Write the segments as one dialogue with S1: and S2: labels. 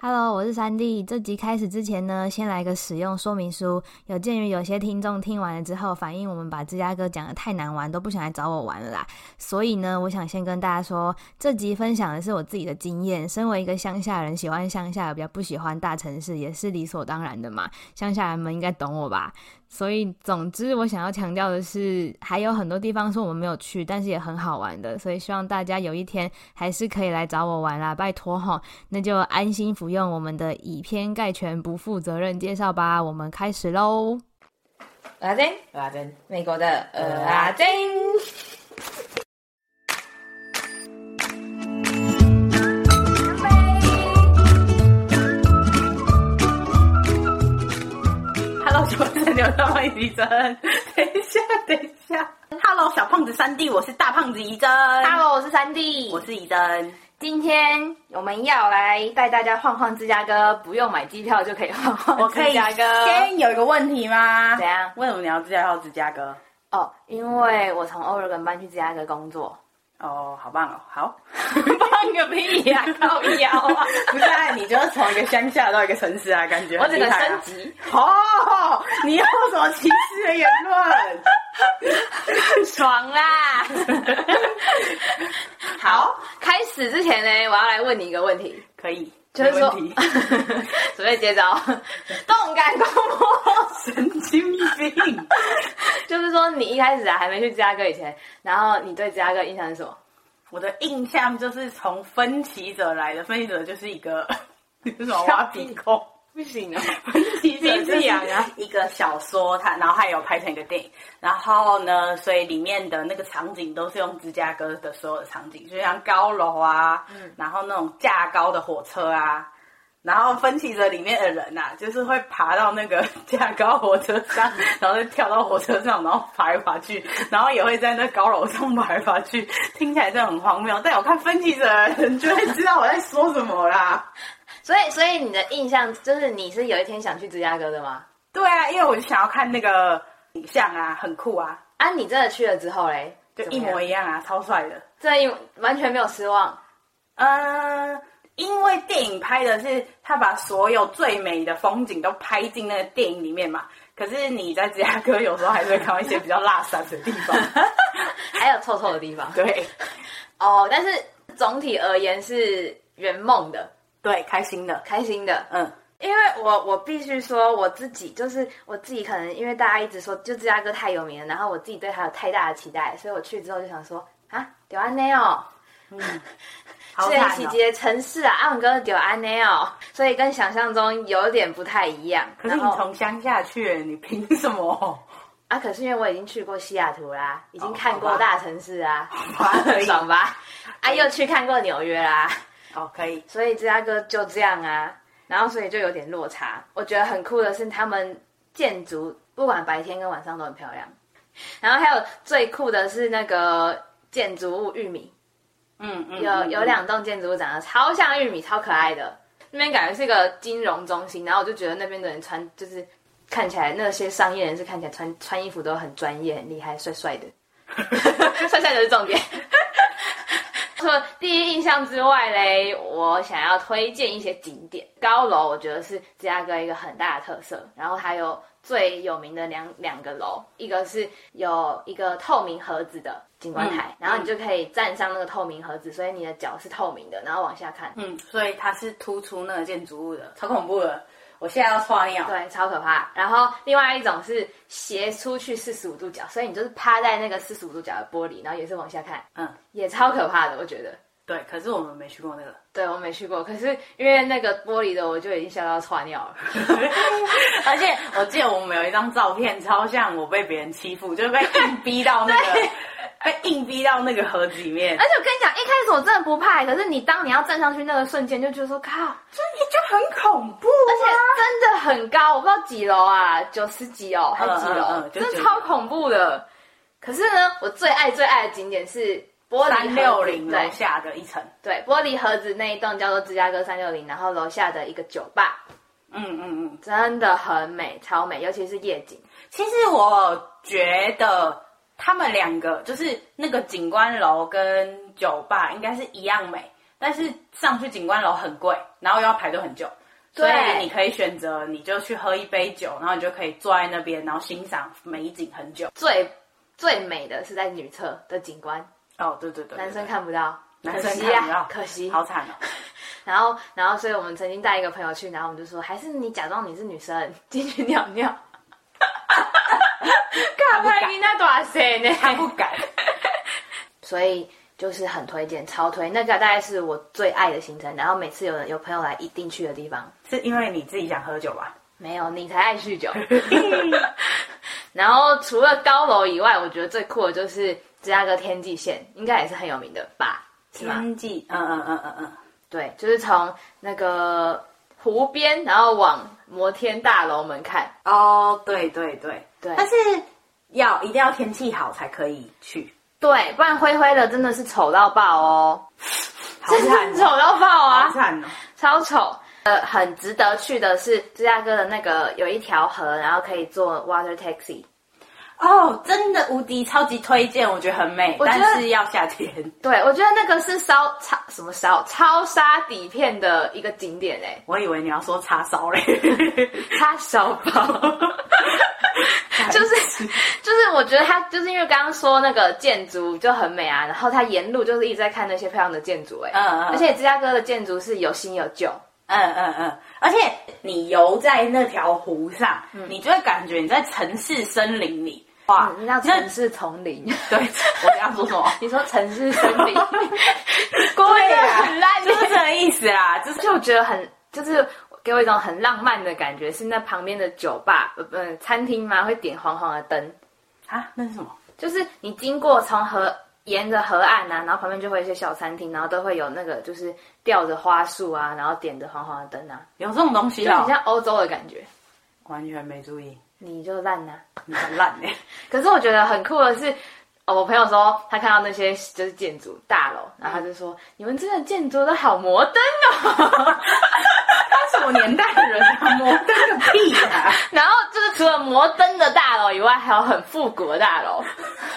S1: Hello，我是三弟。这集开始之前呢，先来个使用说明书。有鉴于有些听众听完了之后反映我们把芝加哥讲的太难玩，都不想来找我玩了啦，所以呢，我想先跟大家说，这集分享的是我自己的经验。身为一个乡下人，喜欢乡下，比较不喜欢大城市，也是理所当然的嘛。乡下人们应该懂我吧？所以，总之，我想要强调的是，还有很多地方是我们没有去，但是也很好玩的。所以，希望大家有一天还是可以来找我玩啦，拜托哈！那就安心服用我们的以偏概全、不负责任介绍吧。我们开始喽！
S2: 阿珍，
S3: 阿珍，呃
S2: 美国的呃阿 珍。
S3: Hello，主持人刘大胖子怡 珍，等一下，等一下。Hello，小胖子三弟，我是大胖子怡珍。
S2: Hello，我是三弟，
S3: 我是怡珍。
S2: 今天我们要来带大家晃晃芝加哥，不用买机票就可以晃
S3: 我
S2: 晃
S3: 可以
S2: 芝加哥。
S3: 先有一个问题吗？
S2: 怎样？
S3: 为什么你要介绍芝加哥？
S2: 哦，因为我从 Oregon 搬去芝加哥工 作，
S3: 哦，好棒哦， 好。
S2: 放个屁呀、靠腰啊！
S3: 不是啊，你就是从一个乡下到一个城市啊，感觉
S2: 我
S3: 很
S2: 整
S3: 厉
S2: 个
S3: 害啊
S2: 升级，
S3: 哦，你有什么歧视的言论？
S2: 爽啦！好，开始之前呢，我要来问你一个问题，
S3: 可以，
S2: 就是
S3: 没
S2: 说，
S3: 问题。
S2: 准备接招，动感光波。
S3: 神经病。
S2: 就是说，你一开始啊还没去芝加哥以前，然后你对芝加哥印象是什么？
S3: 我的印象就是从分歧者来的，分歧者就是一个 就是什么挖鼻孔，
S2: 不行哦，
S3: 分歧
S2: 鼻
S3: 者就是
S2: 子痒啊！
S3: 一个小说，它然后还有拍成一个电影，然后呢，所以里面的那个场景都是用芝加哥的所有的场景，就像高楼啊，然后那种架高的火车 啊。然后分歧者里面的人呐、啊，就是会爬到那个架高火车上，然后再跳到火车上，然后爬来爬去，然后也会在那高楼上爬来爬去，听起来真的很荒谬。但我看分歧者的人就会知道我在说什么啦。
S2: 所以所以你的印象就是你是有一天想去芝加哥的吗？
S3: 对啊，因为我就想要看那个影像啊，很酷啊，
S2: 啊，你真的去了之后嘞，
S3: 就
S2: 怎么
S3: 一
S2: 样
S3: 模一样啊，超帅的。
S2: 这一完全没有失望。
S3: 呃，因为电影拍的是他把所有最美的风景都拍进那个电影里面嘛。可是你在芝加哥有时候还是会看到一些比较辣散的地 方，
S2: 还有臭臭的地方
S3: 对
S2: 哦，但是总体而言是圆梦的、
S3: 对，开心的，
S2: 开心的。
S3: 嗯，
S2: 因为我我必须说我自己就是我自己，可能因为大家一直说就芝加哥太有名了，然后我自己对它有太大的期待，所以我去之后就想说啊，丢安内哦，
S3: 好
S2: 虽然
S3: 惨、
S2: 洗
S3: 哦。
S2: 劫城市啊，阿文哥丢安内哦，所以跟想象中有点不太一样。
S3: 可是你
S2: 然后
S3: 从乡下去，你凭什么？
S2: 啊，可是因为我已经去过西雅图啦，已经
S3: 哦
S2: 看过
S3: 好吧
S2: 大城市啊，
S3: 吧可以
S2: 爽吧？啊，又去看过纽约啦。
S3: 哦，可以，
S2: 所以芝加哥就这样啊，然后所以就有点落差。我觉得很酷的是，他们建筑不管白天跟晚上都很漂亮。然后还有最酷的是那个建筑物玉米，
S3: 嗯嗯，
S2: 有
S3: 嗯
S2: 有两栋建筑物长得超像玉米，超可爱的。那边感觉是个金融中心，然后我就觉得那边的人穿就是看起来那些商业人士看起来穿穿衣服都很专业、很厉害、帅帅的， 帅帅的是重 点。除了第一印象之外嘞，我想要推荐一些景点。高楼我觉得是芝加哥一个很大的特色，然后它有最有名的两两个楼，一个是有一个透明盒子的景观台，
S3: 嗯
S2: 然后你就可以站上那个透明盒子，所以你的脚是透明的，然后往下看，
S3: 嗯，所以它是突出那个建筑物的，超恐怖的。我现在要创啊尿，
S2: 对，超可怕。然后另外一种是斜出去四十五度角，所以你就是趴在那个四十五度角的玻璃，然后也是往下看，
S3: 嗯，
S2: 也超可怕的，我觉得。
S3: 对，可是我们没去过那个。
S2: 对，我没去过，可是因为那个玻璃的，我就已经吓到窜尿了。
S3: 而且我记得我们有一张照片，超像我被别人欺负，就是被硬逼到那个
S2: 对，
S3: 被硬逼到那个盒子里面
S2: 而，且我跟你讲，一开始我真的不怕，欸可是你当你要站上去那个瞬间，就觉得说靠，而
S3: 就就很恐怖、啊
S2: 且真的很高，我不知道几楼啊，九十几哦，还是几楼，
S3: 嗯嗯嗯就
S2: 真的
S3: 九
S2: 超恐怖的。可是呢，我最爱最爱的景点是玻璃盒子
S3: 三六零
S2: 对
S3: 楼下的一层，
S2: 对，玻璃盒子那一栋叫做芝加哥三六零，然后楼下的一个酒吧，
S3: 嗯嗯嗯。
S2: 真的很美，超美，尤其是夜景。
S3: 其实我觉得他们两个就是那个景观楼跟酒吧应该是一样美，但是上去景观楼很贵，然后又要排队很久。所以
S2: 对
S3: 你可以选择，你就去喝一杯酒，然后你就可以坐在那边，然后欣赏美景很久。
S2: 最最美的是在女厕的景观，
S3: 哦，对对对对
S2: 男生看不到，
S3: 男生
S2: 可惜
S3: 看不到
S2: 啊，可惜。
S3: 好惨哦。
S2: 然后，然后，所以我们曾经带一个朋友去，然后我们就说，还是你假装你是女生 进去尿 尿。干
S3: 不敢
S2: 嘛你那多谁
S3: 他
S2: 呢？
S3: 不敢。
S2: 所以就是很推荐，超推。那个大概是我最爱的行程，然后每次有人有朋友来，一定去的地方。
S3: 是因为你自己想喝酒吧？
S2: 没有，你才爱酗 酒。 然后除了高楼以外，我觉得最酷的就是芝加哥天际线，应该也是很有名的吧？是吗？
S3: 天际，嗯嗯嗯嗯嗯，
S2: 对，就是从那个湖边，然后往摩天大楼门看。
S3: 哦，对对对
S2: 对
S3: 但是要一定要天气好才可以去，
S2: 对，不然灰灰的真的是丑到爆哦，
S3: 好
S2: 真的
S3: 惨
S2: 是丑
S3: 哦，
S2: 到爆
S3: 好
S2: 啊，
S3: 惨哦。
S2: 超丑。呃，很值得去的是芝加哥的那个有一条河，然后可以坐 water taxi。
S3: 哦，真的无敌，超级推荐，我觉得很美，
S2: 我觉得
S3: 但是要夏天。
S2: 对，我觉得那个是烧超什么烧超沙底片的一个景点哎、
S3: 我以为你要说叉烧嘞，
S2: 他小包，就是就是，我觉得他就是因为刚刚说那个建筑就很美啊，然后他沿路就是一直在看那些漂亮的建筑、欸，哎、
S3: 嗯嗯
S2: 而且芝加哥的建筑是有新有旧，
S3: 嗯嗯嗯，而且你游在那条湖上，你就会感觉你在城市森林里，哇，
S2: 你知道
S3: 那
S2: 嗯城市丛林，
S3: 对，我刚刚说什 么？
S2: 你说城市森 林，啊国文真的很烂，
S3: 就
S2: 就是
S3: 这个意思啦，就是
S2: 就我觉得很就是。给我一种很浪漫的感觉，是那旁边的酒吧，呃，不，餐厅嘛，会点黄黄的灯，
S3: 啊，那是什么？
S2: 就是你经过从河沿着河岸啊，然后旁边就会有一些小餐厅，然后都会有那个就是吊着花束啊，然后点着黄黄的灯啊，
S3: 有这种东西
S2: 就很
S3: 哦？
S2: 像欧洲的感觉。
S3: 完全没注意，
S2: 你就烂呐、
S3: 你很烂哎、
S2: 可是我觉得很酷的是，哦，我朋友说他看到那些就是建筑大楼，然后他就说、你们这个建筑都好摩登 哦。
S3: 他什么年代的人啊？ 摩登个屁啊！
S2: 然后就是除了摩登的大楼以外，还有很复古的大楼。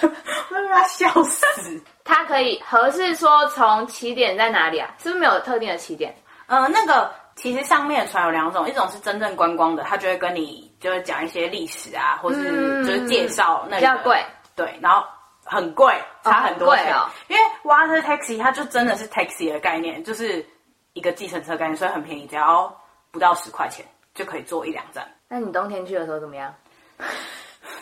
S3: 我要被他笑死。
S2: 它可以合适说从起点在哪里啊？是不是没有特定的起点？
S3: 呃，那个其实上面的船有两种，一种是真正观光的，他就会跟你就是讲一些历史啊，或是就是介绍那
S2: 嗯比
S3: 里
S2: 较
S3: 的
S2: 贵，
S3: 对，然后很贵，差很多
S2: 很贵
S3: 钱。
S2: 哦
S3: 因为 water taxi 它就真的是 taxi 的概念，就是一个计程车概念，所以很便宜，只要不到十块钱就可以坐一两站。
S2: 那你冬天去的时候怎么样？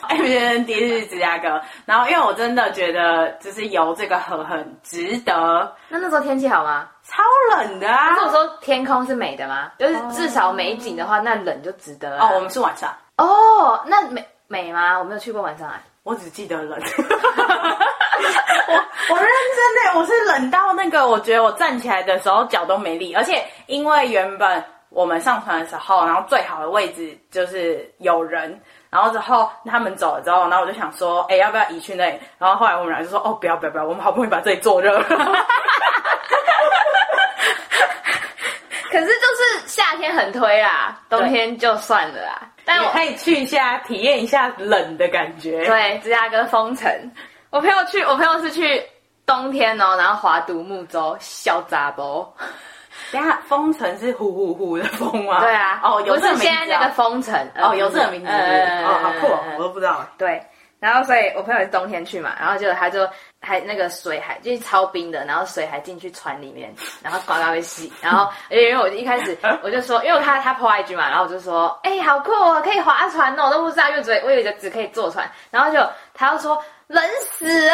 S3: 艾米人第一次去芝加哥，然后因为我真的觉得就是游这个河很值得，
S2: 那那时候天气好吗？
S3: 超冷的啊
S2: 那！我说天空是美的吗？就是至少美景的话，那冷就值得啊
S3: 哦，我们是晚上，
S2: 哦，那美美吗？我没有去过晚上啊。
S3: 我只记得冷。 我我认真的，我是冷到那个，我觉得我站起来的时候脚都没力，而且因为原本我们上船的时候，然后最好的位置就是有人，然后之后他们走了之后，然后我就想说，哎、要不要移去那里？然后后来我们俩就说，哦，不要不要不要，我们好不容易把这里 坐热了。
S2: 可是就是夏天很推啦，冬天就算了啦。但
S3: 也
S2: 我
S3: 可以哎去一下，体验一下冷的感觉。，
S2: 对芝加哥封城，我朋友去，我朋友是去冬天哦，然后划独木舟，小杂包。
S3: 等一下风城是呼呼呼的风吗？
S2: 对啊，
S3: 哦，有
S2: 不
S3: 这个
S2: 是
S3: 名字
S2: 现
S3: 啊、
S2: 在那个呃封城嗯
S3: 哦，有这个名字是不是、哦，好酷、哦，我都不知道。
S2: 对，然后所以我朋友是冬天去嘛，然后就他就还那个水还就是超冰的，然后水还进去船里面，然后呱呱会洗，然后因为我一开始我就说，因为我看他 po IG 嘛，然后我就说，哎、好酷哦，可以划船哦，我都不知道，因为只我以为只可以坐船，然后就他又说。哎冷死了，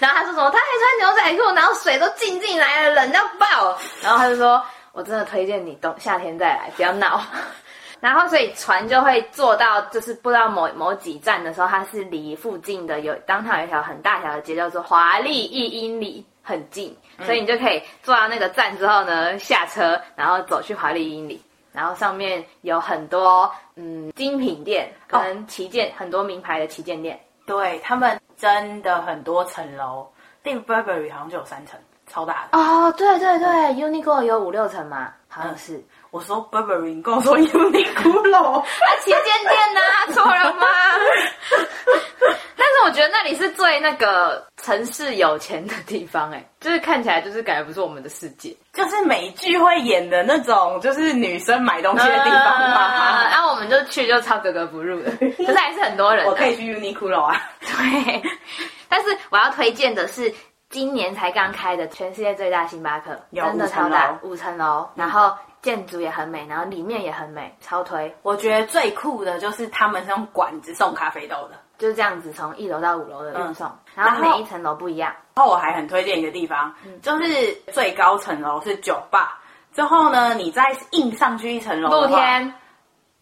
S2: 然后哦他说什么？他还穿牛仔裤，然后水都进进来了，冷到爆。然后他就说：“我真的推荐你冬夏天再来，不要闹。”然后所以船就会坐到，就是不知道某某几站的时候，它是离附近的有当场有一条很大条的街，叫做华丽一英里，很近，所以你就可以坐到那个站之后呢，下车，然后走去华丽一英里。然后上面有很多嗯精品店跟旗舰、很多名牌的旗舰店，
S3: 对他们真的很多层楼，Big Burberry 好像就有三层，超大的。
S2: 哦，对对对、u n i q l o 有五六层嘛，好像是。
S3: 我说 Burberry，你跟我说 Uniqlo，
S2: 啊，旗舰店呐、错了吗？但是但我觉得那里是最那个城市有钱的地方、哎，就是看起来就是感觉不是我们的世界
S3: 就是美剧会演的那种，就是女生买东西的地方
S2: 嗯然
S3: 嘛。
S2: 后我们就去就超格格不入的，可是还是很多人、
S3: 我
S2: 啊。
S3: 可以去 Uniqlo 啊，
S2: 对，但是我要推荐的是今年才刚开的全世界最大星巴克，
S3: 有
S2: 真的
S3: 五层
S2: 超大
S3: 楼，嗯
S2: 五层楼，然后建筑也很美，然后里面也很美，超推，
S3: 我觉得最酷的就是他们是用管子送咖啡豆的。
S2: 就是这样子从一楼到五楼的运送，
S3: 嗯
S2: 然后
S3: 然后
S2: 每一层楼不一样，
S3: 然后我还很推荐一个地方，
S2: 嗯
S3: 就是最高层楼是酒吧，之后呢，你再硬上去一层楼，
S2: 露，天，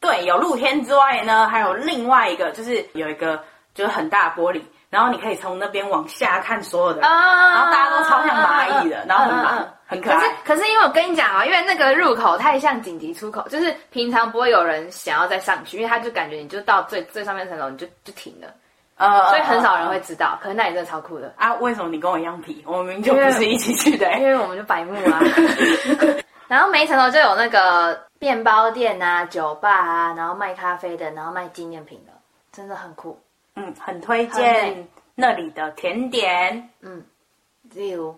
S3: 对，有露天之外呢，还有另外一个就是有一个就是很大的玻璃，然后你可以从那边往下看所有的人，
S2: 啊
S3: 然后大家都超像蚂蚁的，然后很
S2: 嗯嗯
S3: 忙
S2: 嗯，
S3: 很可
S2: 可是
S3: 爱。，
S2: 可是因为我跟你讲哦，因为那个入口太像紧急出口，就是平常不会有人想要再上去，因为他就感觉你就到最最上面层楼，你就就停了，
S3: 呃，
S2: 所以很少人会
S3: 呃
S2: 知道。可是那里真的超酷的，
S3: 啊？为什么你跟我一样皮？我们明明就不是一起去的、欸
S2: 因为我们就白目啊。 然后每一层楼就有那个面包店啊、酒吧啊，然后卖咖啡的，然后卖纪念品的，真的很酷。
S3: 嗯，很推
S2: 很
S3: 荐
S2: 美
S3: 那里的甜点
S2: 嗯例如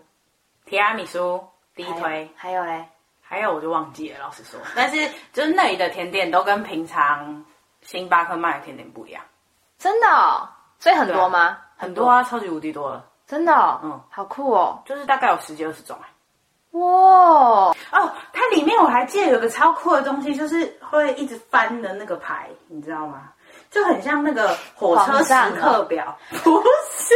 S3: 提拉米苏，第一推。
S2: 还有还有嘞，
S3: 还有我就忘记了，老实说。但是就是那里的甜点都跟平常星巴克卖的甜点不一样，
S2: 真的、哦，所以很多吗？
S3: 很多，啊，超级无敌多了，
S2: 真的、哦，
S3: 嗯
S2: 好酷哦，
S3: 就是大概有十几二十种哎、
S2: 哇，
S3: 哦，它里面我还记得有个超酷的东西，就是会一直翻的那个牌，你知道吗？就很像那个火车时刻表，不是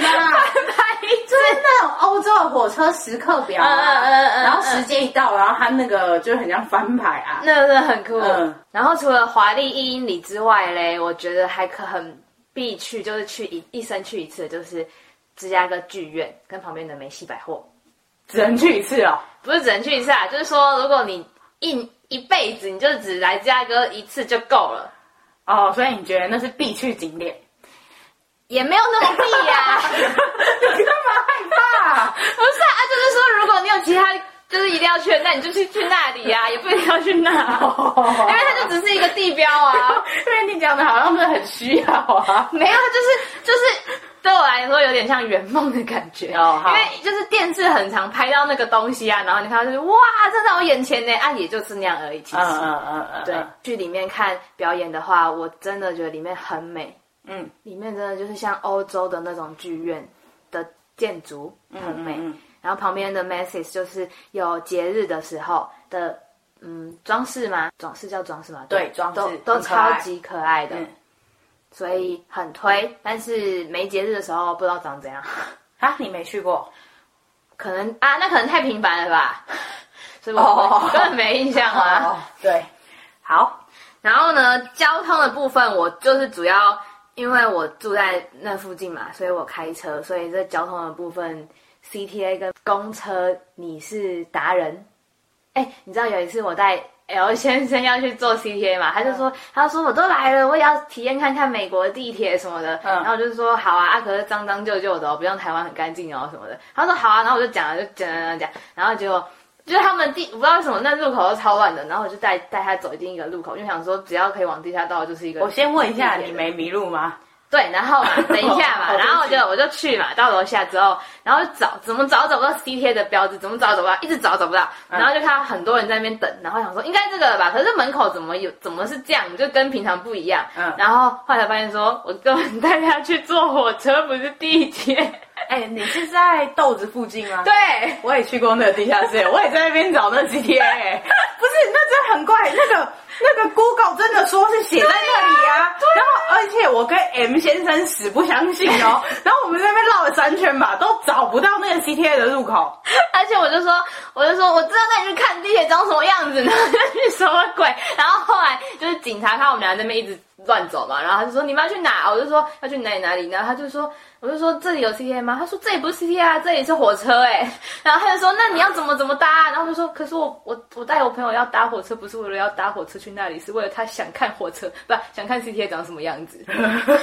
S3: 啦，就是那种欧洲的火车时刻表、啊，
S2: 嗯嗯嗯嗯
S3: 然后时间一到，然后它那个就很像翻牌啊，
S2: 那个真的很酷。
S3: 嗯
S2: 然后除了华丽一英里之外嘞，我觉得还可很必去，就是去一一生去一次的，就是芝加哥剧院跟旁边的梅西百货。
S3: 只能去一次哦。
S2: 不是只能去一次啊，就是说，如果你一一辈子你就只来芝加哥一次就够了，
S3: 哦，所以你觉得那是必去景点？
S2: 也没有那么必呀、
S3: 你干嘛害怕？
S2: 不是啊，就是说，如果你有其他就是一定要去的，那你就去去那里呀、也不一定要去那，因为 它就只是一个地标啊，
S3: 哦因为你讲的好像是很需要啊。
S2: 没有，就是就是。对我来说有点像圆梦的感觉，
S3: 哦
S2: 因
S3: 好
S2: 为就是电视很常拍到那个东西啊，然后你看到就是哇，这在我眼前呢，啊，也就是那样而已。其实，
S3: 嗯嗯嗯嗯，
S2: 对，去里面看表演的话，我真的觉得里面很美，
S3: 嗯，
S2: 里面真的就是像欧洲的那种剧院的建筑，很美。
S3: 嗯嗯
S2: 然后旁边的 Macy's 就是有节日的时候的，嗯，装饰吗？装饰叫装饰吗？
S3: 对装饰
S2: 都都
S3: 很可爱
S2: 超级可爱的，
S3: 嗯
S2: 所以很推。但是没节日的时候不知道长怎样，
S3: 啊，你没去过？
S2: 可能啊，那可能太频繁了吧，所以我我
S3: 哦
S2: 根本没印象啊。
S3: 哦，对，好，
S2: 然后呢，交通的部分我就是主要因为我住在那附近嘛，所以我开车，所以这交通的部分 CTA 跟公车你是达人。哎，你知道有一次我带 L 先生要去做 CTA 嘛，他就说，他说我都来了，我也要体验看看美国地铁什么的。
S3: 嗯
S2: 然后我就说好啊，啊可是脏脏旧旧的、哦，不像台湾很干净哦什么的。他说好啊，然后我就讲了，就讲讲讲讲，然后结果。就是他们地我不知道为什么那路口都超乱的，然后我就带带他走进一个路口，就想说只要可以往地下道就是一个。
S3: 我先问一下，
S2: 地铁
S3: 你
S2: 的
S3: 没迷路吗？
S2: 对，然后嘛，等一下 嘛，
S3: 好
S2: 然后我
S3: 对不起
S2: 就我就去嘛，到楼下之后，然后就找怎么找找不到 CTA 的标志，怎么找找不到，一直找找不到，
S3: 嗯
S2: 然后就看到很多人在那边等，然后想说应该这个了吧，可是门口怎么有怎么是这样，就跟平常不一样，
S3: 嗯
S2: 然后后来发现说我根本带他去坐火车，不是地铁，
S3: 哎、你是在豆子附近吗？
S2: 对，。
S3: 我也去过那个地下室，我也在那边找那 GTA，、哎 不是，那真的很怪，那个那个 Google 真的说是写在那里啊，然后而且我跟 M 先生死不相信 哦，然后我们在那边绕了三圈吧，都找不到那个 GTA 的入口，
S2: 而且我就说，我就说，我知道带你去看地铁长什么样 子，然后去什么鬼。然后后来就是警察看我们俩在那边一直乱走嘛，然后他就说你们要去哪？我就说要去哪里哪里。然后他就说，我就说这里有 CTA 吗？他说这里不是 CTA，、啊、这里是火车哎、然后他就说那你要怎么怎么搭、啊？然后我就说可是我我我带我朋友要搭火车，不是为了要搭火车去那里，是为了他想看火车，不想看 CTA 长什么样 子。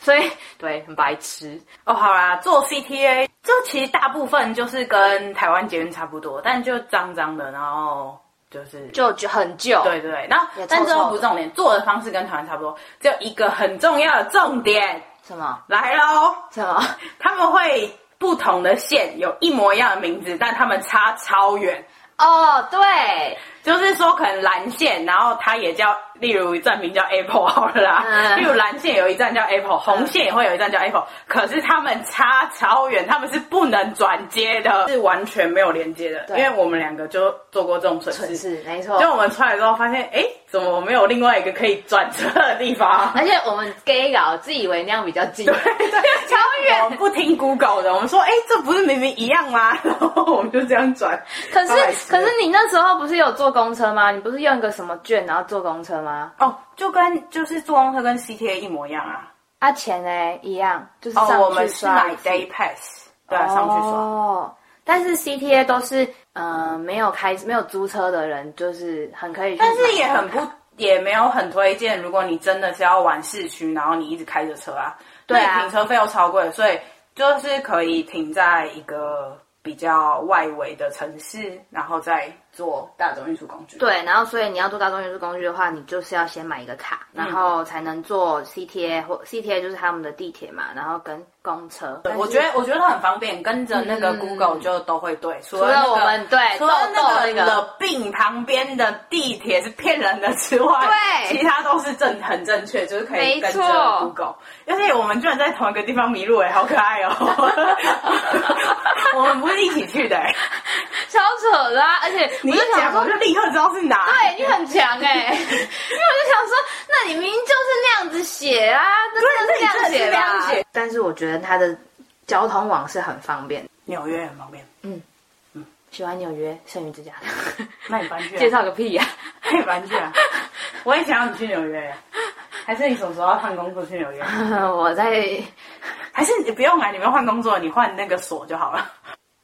S2: 所以对，很白痴。
S3: 哦，好啦，做 CTA 就其实大部分就是跟台湾捷运差不多，但就脏脏的，然后就是
S2: 就就很旧，
S3: 对对对，然后
S2: 也臭臭
S3: 但
S2: 的
S3: 这都不是重点，做的方式跟台湾差不多，只有一个很重要的重点，
S2: 什么
S3: 来喽，
S2: 什么？
S3: 他们会不同的县有一模一样的名字，但他们差超远。
S2: 哦，对，
S3: 就是说，可能蓝线，然后它也叫，例如站名叫 Apple 好了啦。
S2: 嗯
S3: 例如蓝线有一站叫 Apple，红线也会有一站叫 Apple，可是他们差超远，他们是不能转接的，是完全没有连接的。
S2: 对
S3: 因为我们两个就做过这种蠢
S2: 蠢
S3: 事，
S2: 事，没错。
S3: 就我们出来之后发现，哎，怎么我没有另外一个可以转车的地方？
S2: 而且我们 gay 佬自以为那样比较近，
S3: 对，
S2: 超远
S3: 我们不听 Google 的，我们说，哎，这不是明明一样吗？ 然后我们就这样转。
S2: 可
S3: 超白痴
S2: 是可是你那时候不是有坐公车吗？你不是用一个什么券然后坐公车吗？
S3: 哦，就跟就是坐公车跟 CTA 一模一样啊。
S2: 啊，钱呢一样，就是上去
S3: 哦，
S2: 刷。
S3: 我们是买 day pass，对啊，上去刷。
S2: 哦，但是 CTA 都是呃没有开没有租车的人，就是很可以去买，
S3: 但是也很不，也没有很推荐。如果你真的是要玩市区，然后你一直开着车啊，
S2: 对啊
S3: 那停车费又超贵，所以就是可以停在一个比较外围的城市，然后再坐大众运输工具。，
S2: 对，然后所以你要做大众运输工具的话，你就是要先买一个卡，
S3: 嗯
S2: 然后才能坐 CTA 或 CTA 就是他们的地铁嘛，然后跟公车。但是
S3: 我觉得我觉得很方便，跟着那个
S2: 嗯
S3: Google 就都会对，除
S2: 除
S3: 了、那
S2: 了
S3: 个、
S2: 我们对
S3: 除了
S2: 豆豆
S3: 那
S2: 那
S3: 个
S2: 个
S3: 了病旁边的地铁是骗人的之外，
S2: 对
S3: 其他都是正很正确，就是可以
S2: 没
S3: 跟
S2: 错
S3: 着 Google。而且我们居然在同一个地方迷路、哎，好可爱哦、 我们不是一起去的、 哎
S2: 超扯的啊！而且
S3: 你
S2: 我
S3: 一
S2: 就想
S3: 讲
S2: 说
S3: 我就，立刻知道是哪。
S2: 对你很强哎、因为我就想说，那你明明就是那样子写啊，那真的是
S3: 对
S2: 这
S3: 那你真的是那
S2: 样
S3: 样
S2: 写吧
S3: 写。
S2: 但是我觉得它的交通网是很方便的，
S3: 纽约很方便，
S2: 喜欢纽约胜于芝加哥。
S3: 那你搬去、
S2: 介
S3: 啊，
S2: 绍个屁呀、
S3: 那你搬去啊！我也想要你去纽约、欸还是你什么时候要换工作去纽约？
S2: 我在
S3: 还是你不用啊？你没有换工作，你换那个锁就好了。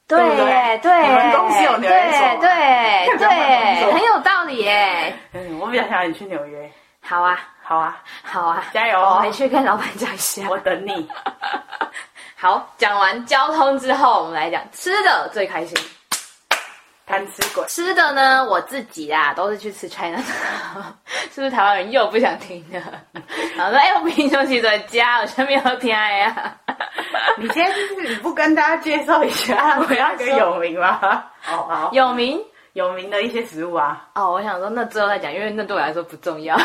S2: 对
S3: 对不对
S2: 耶对，
S3: 你们公司有纽约
S2: 对
S3: 所 吗
S2: 对
S3: 干嘛换工
S2: 对，
S3: 作
S2: 很有道理耶。
S3: 嗯，我比较想要你去纽约。
S2: 好啊，
S3: 好啊，
S2: 好啊，
S3: 加油
S2: 我
S3: 哦！
S2: 回去跟老板讲一下。
S3: 我等你。
S2: 好，讲完交通之后，我们来讲吃的最开心。
S3: 贪吃鬼，
S2: 吃的呢，我自己啊都是去吃 China，Town 是不是台湾人又不想听了？ 然后说，哎、我平常去在家，我下面要听啊呀、
S3: 你先你不跟大家介绍一下 我要跟有名吗？哦，好，
S2: 有名
S3: 有名的一些食物啊，
S2: 哦，我想说那最后再讲，因为那对我来说不重要。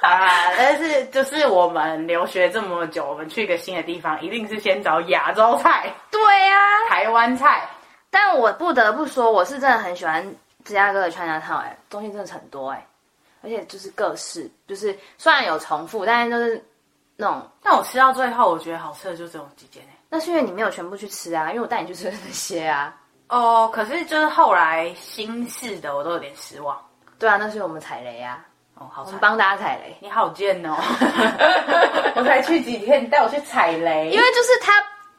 S3: 啊，但是就是我们留学这么久，我们去一个新的地方，一定是先找亚洲菜、
S2: 对呀、
S3: 台湾菜。
S2: 但我不得不说，我是真的很喜欢芝加哥的 China Town，哎、东西真的是很多哎、而且就是各式，就是虽然有重复，但是就是那种，
S3: 但我吃到最后，我觉得好吃的就只有几间欸
S2: 那是因为你没有全部去吃啊，因为我带你去吃那些啊，
S3: 哦，可是就是后来新式的我都有点失望。
S2: 对啊，那是我们踩雷啊，
S3: 哦，好
S2: 我
S3: 惨
S2: 们。帮大家踩雷，
S3: 你好贱 哦！我才去几天，你带我去踩雷，
S2: 因为就是它，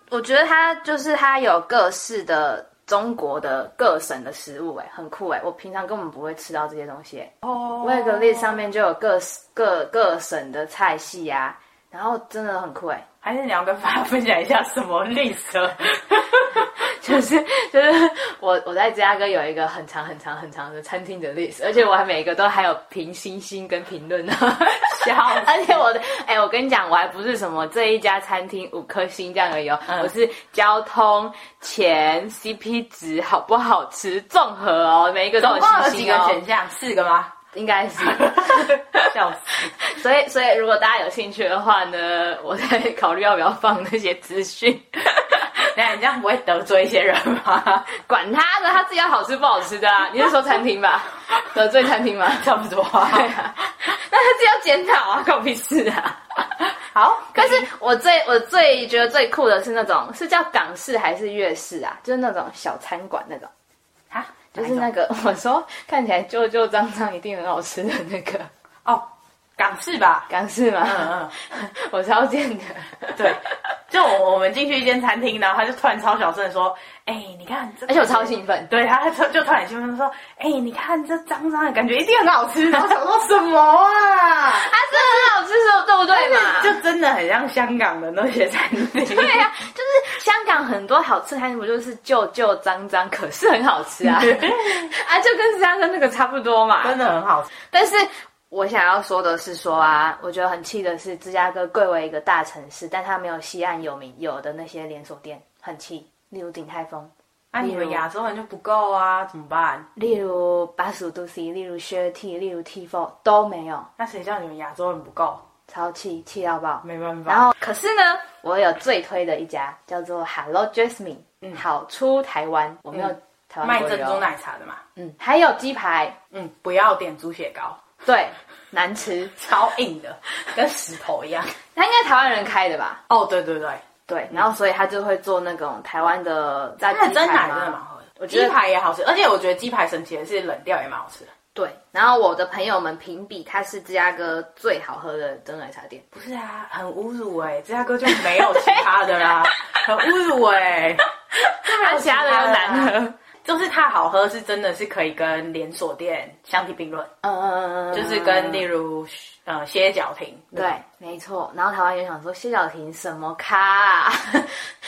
S2: 我觉得它就是它有各式的中国的各省的食物、哎，很酷哎、我平常根本不会吃到这些东西、哎
S3: 哦
S2: 我有个 list 上面就有各各各省的菜系啊，然后真的很酷哎、
S3: 还是你要跟大家分享一下什么绿色？
S2: 就是就是我我在芝加哥有一个很长很长很长的餐厅的 list，而且我还每一个都还有评星星跟评论 呢，
S3: 笑死
S2: 而且我的哎、我跟你讲，我还不是什么这一家餐厅五颗星这样而已、哦，我是交通、钱、CP 值好不好吃综合哦，每一个都有
S3: 总共有
S2: 星
S3: 几
S2: 星
S3: 个
S2: 哦，
S3: 选项？四个吗？
S2: 应该 是。
S3: 笑死！
S2: 所以，所以如果大家有兴趣的话呢，我在考虑要不要放那些资讯。
S3: 等一下你这样不会得罪一些人吗？
S2: 管他的，他自己要好吃不好吃的啊！你是说餐厅 吧？得罪餐厅吗？
S3: 差不多啊。
S2: 对啊，那他自己要检讨啊，关我屁事 啊！
S3: 好，
S2: 但是我最我最觉得最酷的是那种是叫港式还是粤式啊？就是那种小餐馆那种，
S3: 啊，
S2: 就
S3: 就是是
S2: 那
S3: 那
S2: 个 我说看起来旧旧脏脏，一定很好吃的那个
S3: 哦，港式吧。
S2: 港式吗？
S3: 嗯嗯，
S2: 我超贱的，
S3: 对。就我我们进去一间餐厅，然后他就突然超小声地说：“哎、你看这个。”
S2: 而且我超兴奋。
S3: 对，他就就突然兴奋地说：“哎、你看这脏脏的，感觉一定很好吃。”然后想说什么啊？
S2: 它真的很好吃，说对不对嘛？
S3: 就真的很像香港的那些餐 厅。
S2: 对呀、就是香港很多好吃餐厅，不就是旧旧脏脏，可
S3: 嗯
S2: 是很好吃啊，啊，就跟芝加哥那个差不多嘛。
S3: 真的很好吃。
S2: 但是我想要说的是说啊，我觉得很气的是芝加哥贵为一个大城市，但它没有西岸有名有的那些连锁店，很气。例如鼎泰丰，
S3: 那、啊你们亚洲人就不够啊，怎么办？
S2: 例如八十五度 C，例如 Share T，例如 T Four 都没有，
S3: 那谁叫你们亚洲人不够？
S2: 超气气到爆。
S3: 没办法。
S2: 然后可是呢，我有最推的一家叫做 Hello Jasmine，、好出台湾，我没有
S3: 嗯
S2: 台湾
S3: 卖
S2: 国语
S3: 珍
S2: 哦
S3: 珠，奶茶的嘛，
S2: 嗯，还有鸡排，
S3: 嗯，不要点猪血糕，
S2: 对，难吃，
S3: 超硬的，跟石头一样。
S2: 它应该台湾人开的吧？
S3: 哦，对对对，
S2: 对，然后所以他就会做那种台湾的炸
S3: 嗯它
S2: 鸡
S3: 的蒸
S2: 排
S3: 奶真的蛮
S2: 嘛，
S3: 好喝的，
S2: 我觉
S3: 鸡
S2: 得
S3: 排也好吃，而且我觉得鸡排神奇的是冷掉也蛮好吃的。
S2: 对，然后我的朋友们评比它是芝加哥最好喝的蒸奶茶店，
S3: 不是啊，很侮辱哎、芝加哥就没有其他的 啦，很侮辱哎、
S2: 它
S3: 其他的又难喝
S2: 喝，
S3: 就是它好喝是真的是可以跟连锁店相提并论，
S2: 嗯，
S3: 就是跟例如呃歇脚亭，
S2: 对，没错。然后台湾人想说谢小婷什么咖、啊，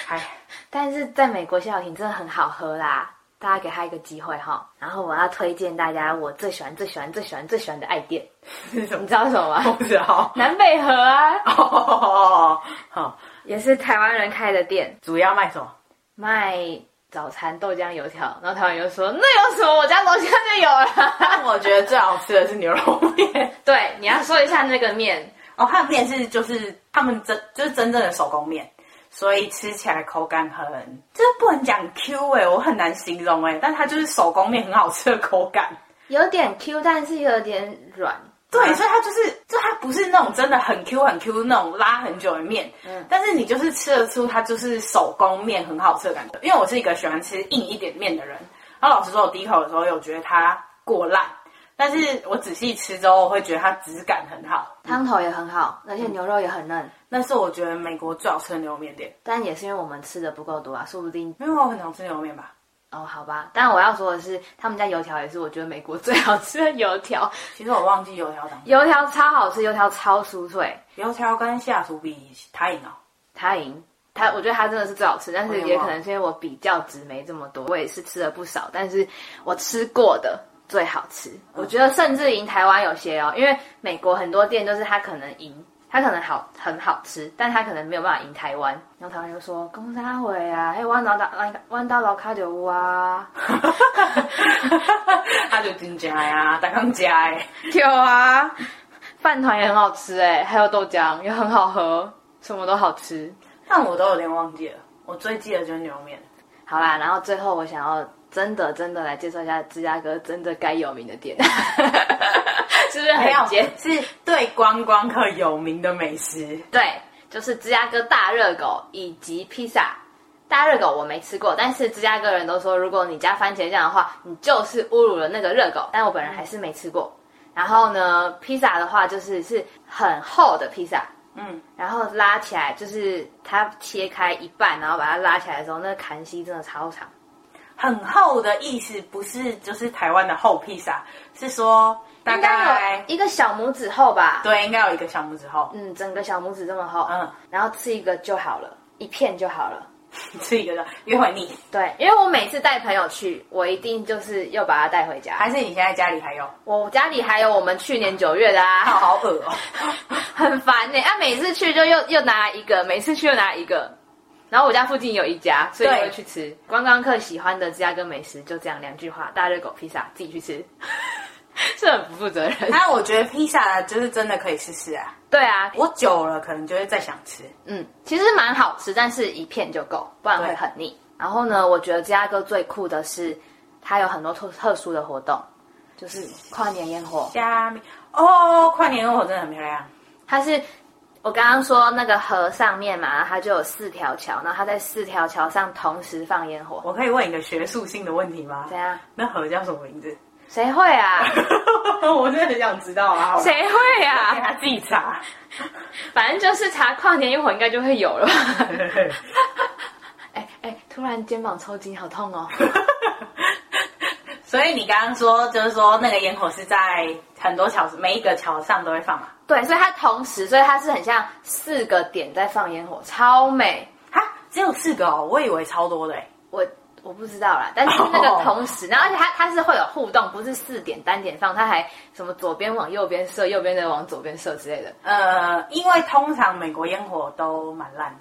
S3: 哎，
S2: 但是在美国谢小婷真的很好喝啦，大家给他一个机会哈。然后我要推荐大家我最喜欢、最喜欢、最喜欢、最喜欢的爱店，
S3: 是什
S2: 你
S3: 么？
S2: 知道是什么吗？
S3: 不知道。
S2: 南北河啊，
S3: 哦，好，
S2: 也是台湾人开的店。
S3: 主要卖什么？
S2: 卖早餐豆浆油条，然后台湾人就说那有什么，我家楼下就有了。
S3: 但我觉得最好吃的是牛肉面。
S2: 对，你要说一下那个面，
S3: 哦，它的面是就是他们真就是真正的手工面，所以吃起来口感很，这不能讲 Q 哎、我很难形容哎、但它就是手工面很好吃的口感。
S2: 有点 Q，但是有点软。
S3: 对，所以它就是，就它不是那种真的很 Q 很 Q 那种拉很久的面，
S2: 嗯
S3: 但是你就是吃得出它就是手工面很好吃的感觉。因为我是一个喜欢吃硬一点面的人，然后老实说，我第一口的时候有觉得它过烂，但是我仔细吃之后，我会觉得它质感很好。
S2: 汤头也很好，而且牛肉也很嫩，
S3: 那是我觉得美国最好吃的牛肉面店，
S2: 但也是因为我们吃的不够多啊，说不定
S3: 没有我很常吃牛肉面吧？
S2: 哦，好吧。但我要说的是，他们家油条也是我觉得美国最好吃的油条，
S3: 其实我忘记油条长，
S2: 油条超好吃，油条超酥脆，
S3: 油条跟下厨比，哦它赢 了。
S2: 他赢。他我觉得他真的是最好吃，但
S3: 我
S2: 是
S3: 也
S2: 也
S3: 忘
S2: 可能是因为我比较值没这么多，我也是吃了不少，但是我吃过的最好吃，我觉得甚至赢台湾有些哦，因为美国很多店就是它可能赢，它可能好很好吃，但它可能没有办法赢台湾，然后台湾就说公沙回啊，嘿弯刀刀弯刀老卡酒屋 啊，
S3: 它就金家呀，蛋刚家哎，
S2: 有啊，饭团也很好吃哎、还有豆浆也很好喝，什么都好吃。
S3: 但我都有点忘记了，我最记得就是牛肉面。
S2: 好啦，然后最后我想要真的真的来介绍一下芝加哥真的该有名的店， 是不是
S3: 没有
S2: 很简？，
S3: 是对观光客有名的美食。
S2: 对，就是芝加哥大热狗以及披萨。大热狗我没吃过，但是芝加哥人都说，如果你加番茄酱的话，你就是侮辱了那个热狗。但我本人还是没吃过。然后呢，披萨的话就是是很厚的披萨，
S3: 嗯，
S2: 然后拉起来就是它切开一半，然后把它拉起来的时候，那个弹性真的超长。
S3: 很厚的意思不是就是台湾的厚披萨，是说大
S2: 应该
S3: 概
S2: 有一个小拇指厚吧？
S3: 欸对，应该有一个小拇指厚。
S2: 嗯，整个小拇指这么厚，
S3: 嗯，
S2: 然后吃一个就好了，一片就好了。
S3: 吃一个的约会腻，
S2: 对，因为我每次带朋友去，我一定就是又把它带回家。
S3: 还是你现在家里还有？
S2: 我家里还有我们去年九月的
S3: 好
S2: 啊，
S3: 好恶 哦、
S2: 很烦呢、啊，每次去就又又拿一个，每次去又拿一个。然后我家附近有一家，所以
S3: 对
S2: 我会去吃。观光客喜欢的芝加哥美食就这样两句话：大热狗、披萨，自己去吃， 是很不负责 任。
S3: 但我觉得披萨就是真的可以试试啊，
S2: 对啊，
S3: 我久了可能就会再想吃。
S2: 嗯，其实蛮好吃，但是一片就够，不然会很腻。然后呢，我觉得芝加哥最酷的是，它有很多特特殊的活动，就是跨年烟火。
S3: 加密哦，跨年烟火真的很漂亮，
S2: 它是我刚刚说那个河上面嘛，然后它就有四条桥，然后它在四条桥上同时放烟火，
S3: 我可以问一个学术性的问题吗
S2: 怎？样？
S3: 那河叫什么名字？
S2: 谁会啊？
S3: 我真的很想知道 啊！好吧
S2: 谁会
S3: 给
S2: 啊？
S3: 他自己查。
S2: 反正就是查跨年烟火应该就会有了吧。 哎哎，突然肩膀抽筋，好痛哦。
S3: 所以你刚刚说，就是说那个烟火是在很多桥，每一个桥上都会放嘛？
S2: 对，所以它同时，所以它是很像四个点在放烟火，超美。
S3: 哈，只有四个哦，我以为超多的诶
S2: 我我不知道啦，但是那个同时，然后而且它它是会有互动，不是四点单点放，它还什么左边往右边射，右边的往左边射之类的。
S3: 呃，因为通常美国烟火都蛮烂的，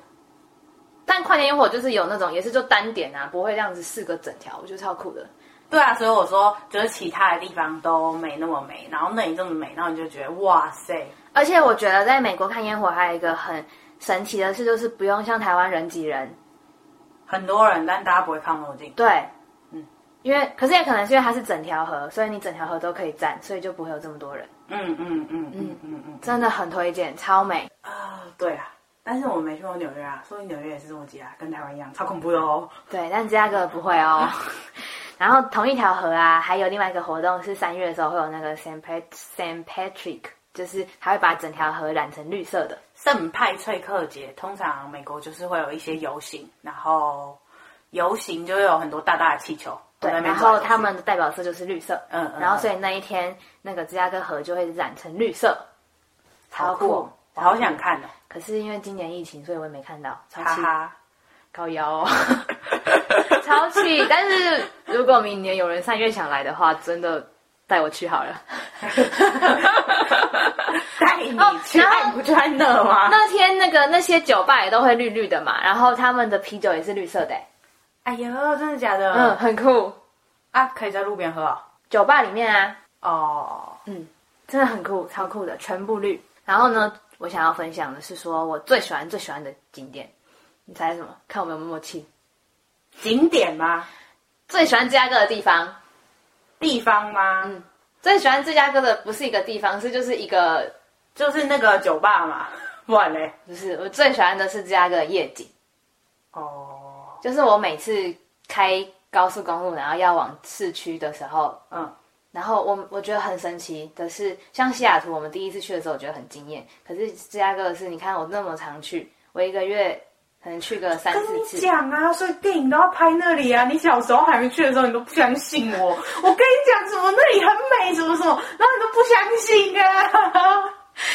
S2: 但跨年烟火就是有那种也是就单点啊，不会这样子四个整条，我觉得超酷的。
S3: 对啊，所以我说就是其他的地方都没那么美，然后那里这么美，然后你就觉得哇塞，
S2: 而且我觉得在美国看烟火还有一个很神奇的事，就是不用像台湾人挤人。
S3: 很多人，但大家不会靠那么近。
S2: 对，嗯，因为可是也可能是因为它是整条河，所以你整条河都可以站，所以就不会有这么多人。
S3: 嗯嗯嗯嗯嗯嗯
S2: 真的很推荐，超美。
S3: 啊，对啊，但是我没去过纽约啊，所以纽约也是这么挤啊，跟台湾一样，超恐怖的哦。
S2: 对，但芝加哥不会哦。 然后同一条河啊，还有另外一个活动是三月的时候会有那个 San Pat San Patrick，就是他会把整条河染成绿色的。
S3: 圣派翠克节，通常美国就是会有一些游行，然后游行就会有很多大大的气球。
S2: 对，
S3: 在哦那边
S2: 然
S3: 转
S2: 后
S3: 来转去
S2: 他们的代表色就是绿色，
S3: 嗯嗯嗯
S2: 然后所以那一天那个芝加哥河就会染成绿色，超
S3: 好
S2: 酷。
S3: 酷哦，我好想看哦，
S2: 可是因为今年疫情，所以我也没看到，超
S3: 哈
S2: 气，
S3: 哈。
S2: 高腰、 哦，超气。但是如果明年有人三月想来的话，真的带我去好 了。
S3: 带你去，
S2: 哦然后
S3: 那你不就在那吗？
S2: 那天那个那些酒吧也都会绿绿的嘛，然后他们的啤酒也是绿色的、欸，
S3: 哎呦，真的假的？
S2: 嗯，很酷。
S3: 啊，可以在路边喝哦。
S2: 酒吧里面啊，
S3: 哦，
S2: 真的很酷，超酷的，全部绿。然后呢，我想要分享的是说我最喜欢最喜欢的景点，你猜什么？看我们有没有默契。
S3: 景点吗？
S2: 最喜欢芝加哥的地方，
S3: 地方吗？
S2: 最喜欢芝加哥的不是一个地方，是就是一个
S3: 就是那个酒吧 嘛，不然嘞。
S2: 不是我最喜欢的是芝加哥的夜景，
S3: 哦，
S2: 就是我每次开高速公路，然后要往市区的时候，
S3: 嗯，
S2: 然后我我觉得很神奇的是，像西雅图，我们第一次去的时候，我觉得很惊艳。可是芝加哥的是，你看我那么常去，我一个月可能去个三
S3: 跟
S2: 四
S3: 你
S2: 次。
S3: 讲啊，所以电影都要拍那里啊。你小时候还没去的时候，你都不相信 我。我跟你讲，什么那里很美，什么什么，然后你都不相信啊。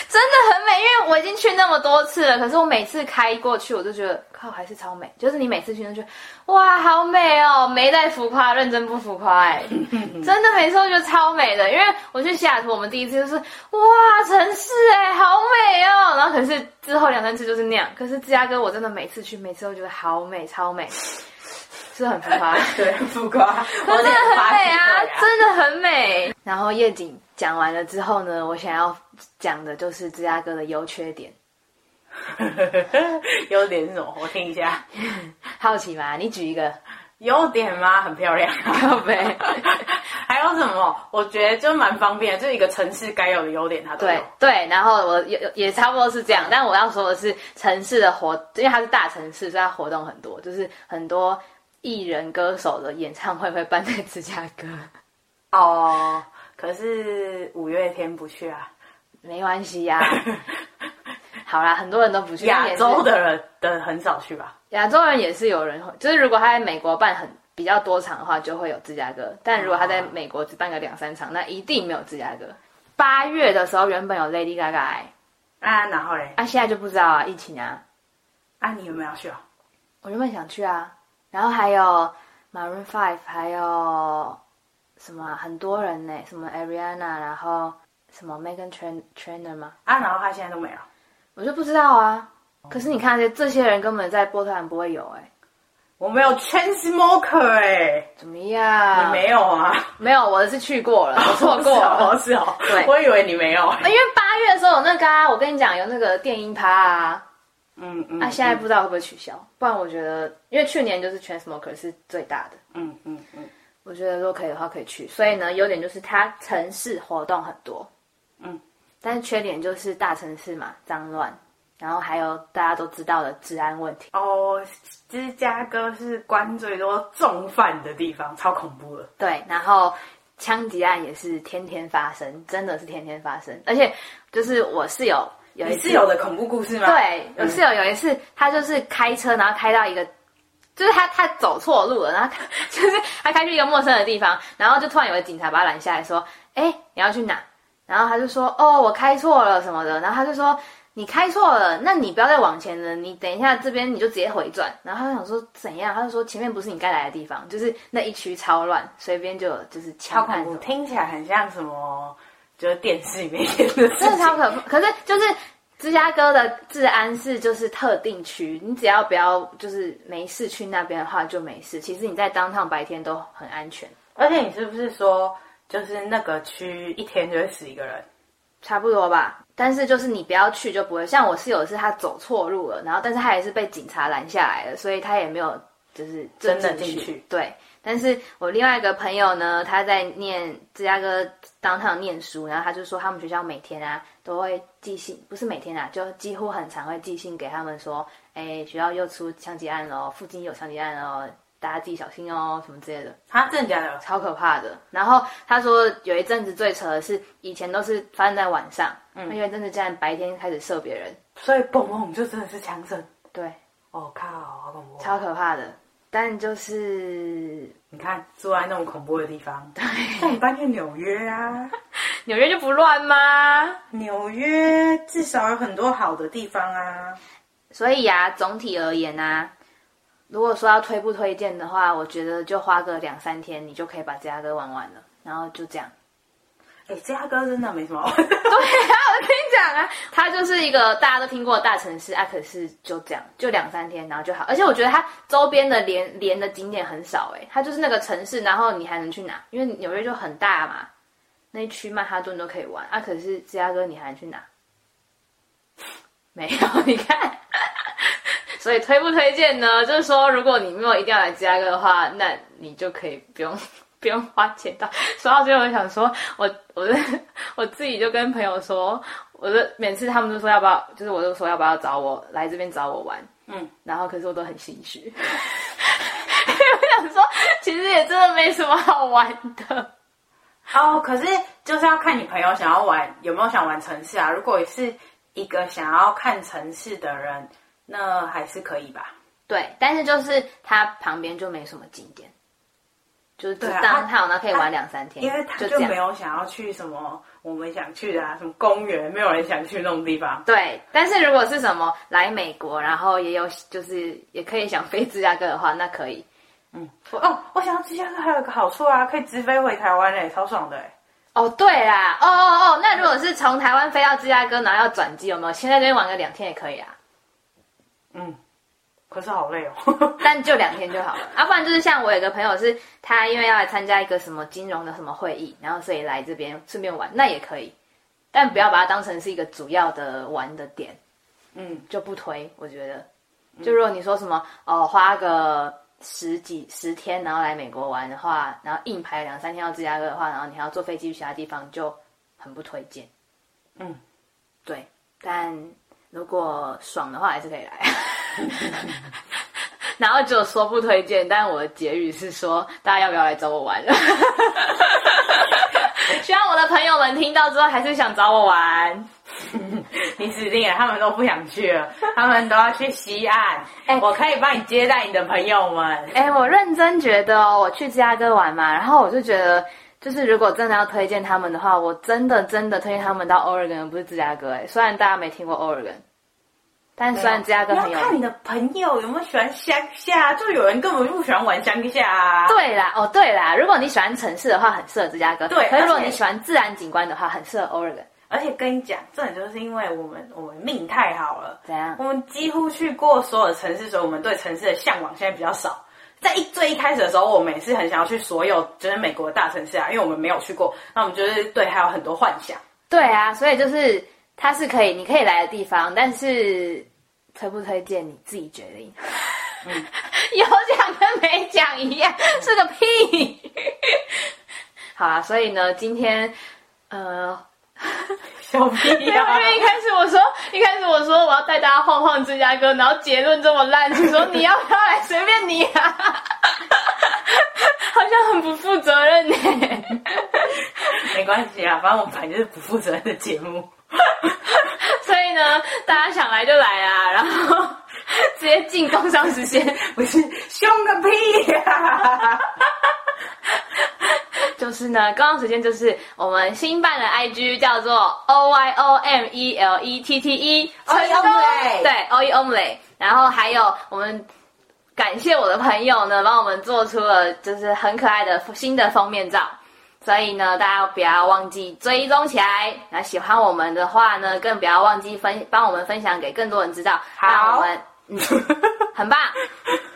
S2: 真的很美，因为我已经去那么多次了，可是我每次开过去，我就觉得靠，还是超美。就是你每次去都觉得哇，好美哦，没在浮夸，认真不浮夸、哎，真的每次都觉得超美的。因为我去西雅图，我们第一次就是哇，城市哎、好美哦。然后可是之后两三次就是那样，可是芝加哥我真的每次去，每次都觉得好美，超美，是不是很浮夸。
S3: 对，浮夸，
S2: 真
S3: 我
S2: 的很美啊，
S3: 真
S2: 真的很美。然后夜景讲完了之后呢，我想要讲的就是芝加哥的优缺点。
S3: 啊 优点是什么？我听一下。
S2: 好奇吗？你举一个，
S3: 优点吗？很漂亮、
S2: 靠北
S3: 还有什么？我觉得就蛮方便的，就一个城市该有的优点它哦都有
S2: 对。对，然后我也也差不多是这样，但我要说的是，城市的活，因为它是大城市，所以它活动很多，就是很多艺人歌手的演唱会会办在芝加哥，
S3: 哦，可是五月天不去啊，
S2: 没关系呀、好啦，很多人都不去，但也
S3: 亚
S2: 是
S3: 洲的人的很少去吧？
S2: 亚洲人也是有人会，就是如果他在美国办很比较多场的话，就会有芝加哥；但如果他在
S3: 哦
S2: 美国只办个两三场，那一定没有芝加哥。八月的时候原本有 Lady Gaga，欸
S3: 啊，然后嘞，
S2: 啊，现在就不知道啊，疫情啊，
S3: 啊，你有没有要去啊？
S2: 我原本想去啊。然后还有 Maroon Five，还有什么啊、很多人呢、什么 Ariana，然后什么 Megan Tran Trainer 吗？
S3: 啊，然后他现在都没有。
S2: 我就不知道啊。
S3: 哦
S2: 可是你看这这些人根本在波特兰不会有哎、
S3: 我没有 Chain Smoker 哎、
S2: 怎么样？
S3: 你没有啊？
S2: 没有，我是去过了，我错过 了。
S3: 是哦，是哦
S2: 对哎
S3: 我以为你没有。
S2: 因为八月的时候有那个啊，我跟你讲有那个电音趴啊，
S3: 嗯嗯，
S2: 那、现在不知道会不会取消。不然我觉得，因为去年就是 Transmoker 是最大的，
S3: 嗯嗯嗯
S2: 我觉得如果可以的话可以去。所以呢，优点就是它城市活动很多，
S3: 嗯，
S2: 但是缺点就是大城市嘛，脏乱，然后还有大家都知道的治安问题。
S3: 哦，芝加哥是关最多重犯的地方，超恐怖的。
S2: 对，然后枪击案也是天天发生，真的是天天发生。而且就是我室友有一
S3: 你
S2: 次
S3: 室友的恐怖故事吗？嗯
S2: 对，我室友有一次，他就是开车，然后开到一个，就是他他走错路了，然后他 就是他开去一个陌生的地方，然后就突然有个警察把他拦下来说：“哎、你要去哪？”然后他就说：“哦，我开错了什么的。”然后他就说：“你开错了，那你不要再往前了，你等一下这边你就直接回转。”然后他想说怎样？他就说前面不是你该来的地方，就是那一区超乱，随便就有就是
S3: 超
S2: 枪
S3: 恐
S2: 案
S3: 怖，
S2: 什么的，
S3: 听起来很像什么，就是电视里面演的事情。
S2: 真的超可怕。可是就是芝加哥的治安是就是特定区，你只要不要就是没事去那边的话就没事。其实你在当趟白天都很安全，
S3: 而且你是不是说，就是那个区一天就会死一个人？
S2: 差不多吧。但是就是你不要去就不会。像我室友是他走错路了，然后但是他也是被警察拦下来了，所以他也没有就是就
S3: 真的进去
S2: 去。对，但是我另外一个朋友呢，他在念芝加哥当趟念书，然后他就说他们学校每天啊都会寄信，不是每天啊，就几乎很常会寄信给他们说，哎，学校又出枪击案喽，附近有枪击案喽，大家自己小心哦，什么之类的。
S3: 他真的假的？
S2: 超可怕的。然后他说有一阵子最扯的是，以前都是发生在晚上，嗯，有一阵子竟然白天开始射别人，
S3: 所以蹦蹦就真的是强震。
S2: 对，
S3: 我、靠，好恐怖！
S2: 超可怕的。但就是
S3: 你看住在那种恐怖的地方，像你搬去纽约啊，
S2: 纽约就不乱吗？
S3: 纽约至少有很多好的地方啊。
S2: 所以呀、总体而言啊，如果说要推不推荐的话，我觉得就花个两三天，你就可以把芝加哥玩完了。然后就这样，
S3: 哎、芝加哥真的没什么好玩。
S2: 对啊，我跟你讲啊，它就是一个大家都听过的大城市啊，可是就这样，就两三天，然后就好。而且我觉得它周边的连连的景点很少诶、它就是那个城市，然后你还能去哪？因为纽约就很大嘛，那一区曼哈顿都可以玩啊。可是芝加哥你还能去哪？没有，你看。所以推不推荐呢？就是说，如果你没有一定要来芝加哥的话，那你就可以不用不用花钱到。说到最后，我想说，我我的我自己就跟朋友说，我的每次他们都说要不要，就是我就说要不要找我来这边找我玩，
S3: 嗯，
S2: 然后可是我都很心虚， 因为我想说，其实也真的没什么好玩的。
S3: 哦，可是就是要看你朋友想要玩有没有想玩城市啊。如果是一个想要看城市的人，那还是可以吧。
S2: 对，但是就是它旁边就没什么景点，就是只
S3: 对啊
S2: 当
S3: 它
S2: 它那可以玩两三天，
S3: 因为他
S2: 就
S3: 就
S2: 这
S3: 没
S2: 样。
S3: 有想要去什么我们想去的啊，什么公园，没有人想去那种地方。
S2: 对，但是如果是什么来美国，然后也有就是也可以想飞芝加哥的话，那可以。
S3: 哦，我想要芝加哥还有一个好处啊，可以直飞回台湾嘞、超爽的、欸。
S2: 哦，对啦，哦哦哦，那如果是从台湾飞到芝加哥，然后要转机，有没有？先在这边玩个两天也可以啊，
S3: 嗯，可是好累哦。
S2: 但就两天就好了。啊，不然就是像我有个朋友是，他因为要来参加一个什么金融的什么会议，然后所以来这边顺便玩，那也可以，但不要把它当成是一个主要的玩的点，
S3: 嗯，
S2: 就不推。我觉得，就如果你说什么哦，花个十几十天然后来美国玩的话，然后硬排两三天到芝加哥的话，然后你还要坐飞机去其他地方，就很不推荐。
S3: 嗯，
S2: 对，但如果爽的话，还是可以来。 然后就说不推荐，但我的结语是说，大家要不要来找我玩？ 希望我的朋友们听到之后，还是想找我玩。
S3: 你指定欸了，他们都不想去了，他们都要去西岸。
S2: 哎
S3: 我可以帮你接待你的朋友 们。
S2: 哎、我认真觉得哦，我去芝加哥玩嘛，然后我就觉得，就是如果真的要推荐他们的话，我真的真的推荐他们到 Oregon，不是芝加哥。哎，虽然大家没听过 Oregon，但虽然芝加哥很
S3: 你
S2: 有
S3: 要看
S2: 名
S3: 你的朋友有没有喜欢乡下，就有人根本就不喜欢玩乡下啊。
S2: 对啦，哦对啦，如果你喜欢城市的话，很适合芝加哥。
S3: 对
S2: 可是如果
S3: 而且
S2: 你喜欢自然景观的话，很适合 Oregon。
S3: 而且跟你讲，这点就是因为我们我们命太好了，
S2: 怎样
S3: 我们几乎去过所有城市，所以我们对城市的向往现在比较少。在一最一开始的时候，我们也是很想要去所有就是美国的大城市啊，因为我们没有去过，那我们就是对还有很多幻想。
S2: 对啊，所以就是它是可以，你可以来的地方，但是推不推荐你自己决定。嗯有讲跟没讲一样，是个屁。好啊，所以呢，今天呃，
S3: 小屁
S2: 因为
S3: 啊
S2: 因！为一开始我说，一开始我说我要带大家晃晃芝加哥，然后结论这么烂，你 说你要不要来？随便你啊， 好像很不负责任呢、
S3: 没关系啊，反正我们本来就是不负责任的节目。
S2: 所以呢，大家想来就来啊，然后 直接进工商时间
S3: 不是凶个屁呀、
S2: 就就是呢，公共时间就是我们新办的 IG 叫做 O Y O M E L E T T E
S3: Oy Omelette
S2: 对 O E Omelette，然后还有我们感谢我的朋友呢，帮我们做出了就是很可爱的新的封面照。所以呢，大家不要忘记追踪起来。那喜欢我们的话呢，更不要忘记分帮我们分享给更多人知道。
S3: 好
S2: 让我们嗯，很棒，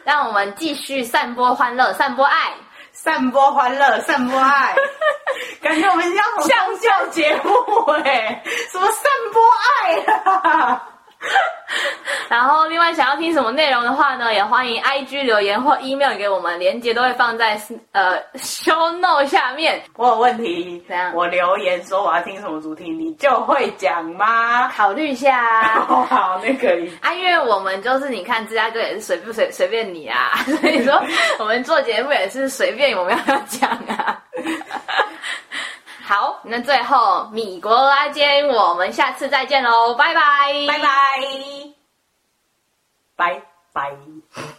S2: 让我们继续散播欢乐，散播爱。
S3: 散播欢乐，散播 爱，感觉我们要像教节目哎、什么散播爱啊？
S2: 然后，另外想要听什么内容的话呢，也欢迎 IG 留言或 email 给我们，链接都会放在呃 show note 下面。
S3: 我有问 题
S2: 怎样，
S3: 我留言说我要听什么主题，你就会讲吗？
S2: 考虑一下啊，
S3: 哦，好，那可以。
S2: 啊因为我们就是你看芝加哥也是随不随随便你啊， 所以说我们做节目也是随便我们要不要讲 啊。好，那最后米国拉间，我们下次再见喽，拜拜，
S3: 拜拜，拜拜。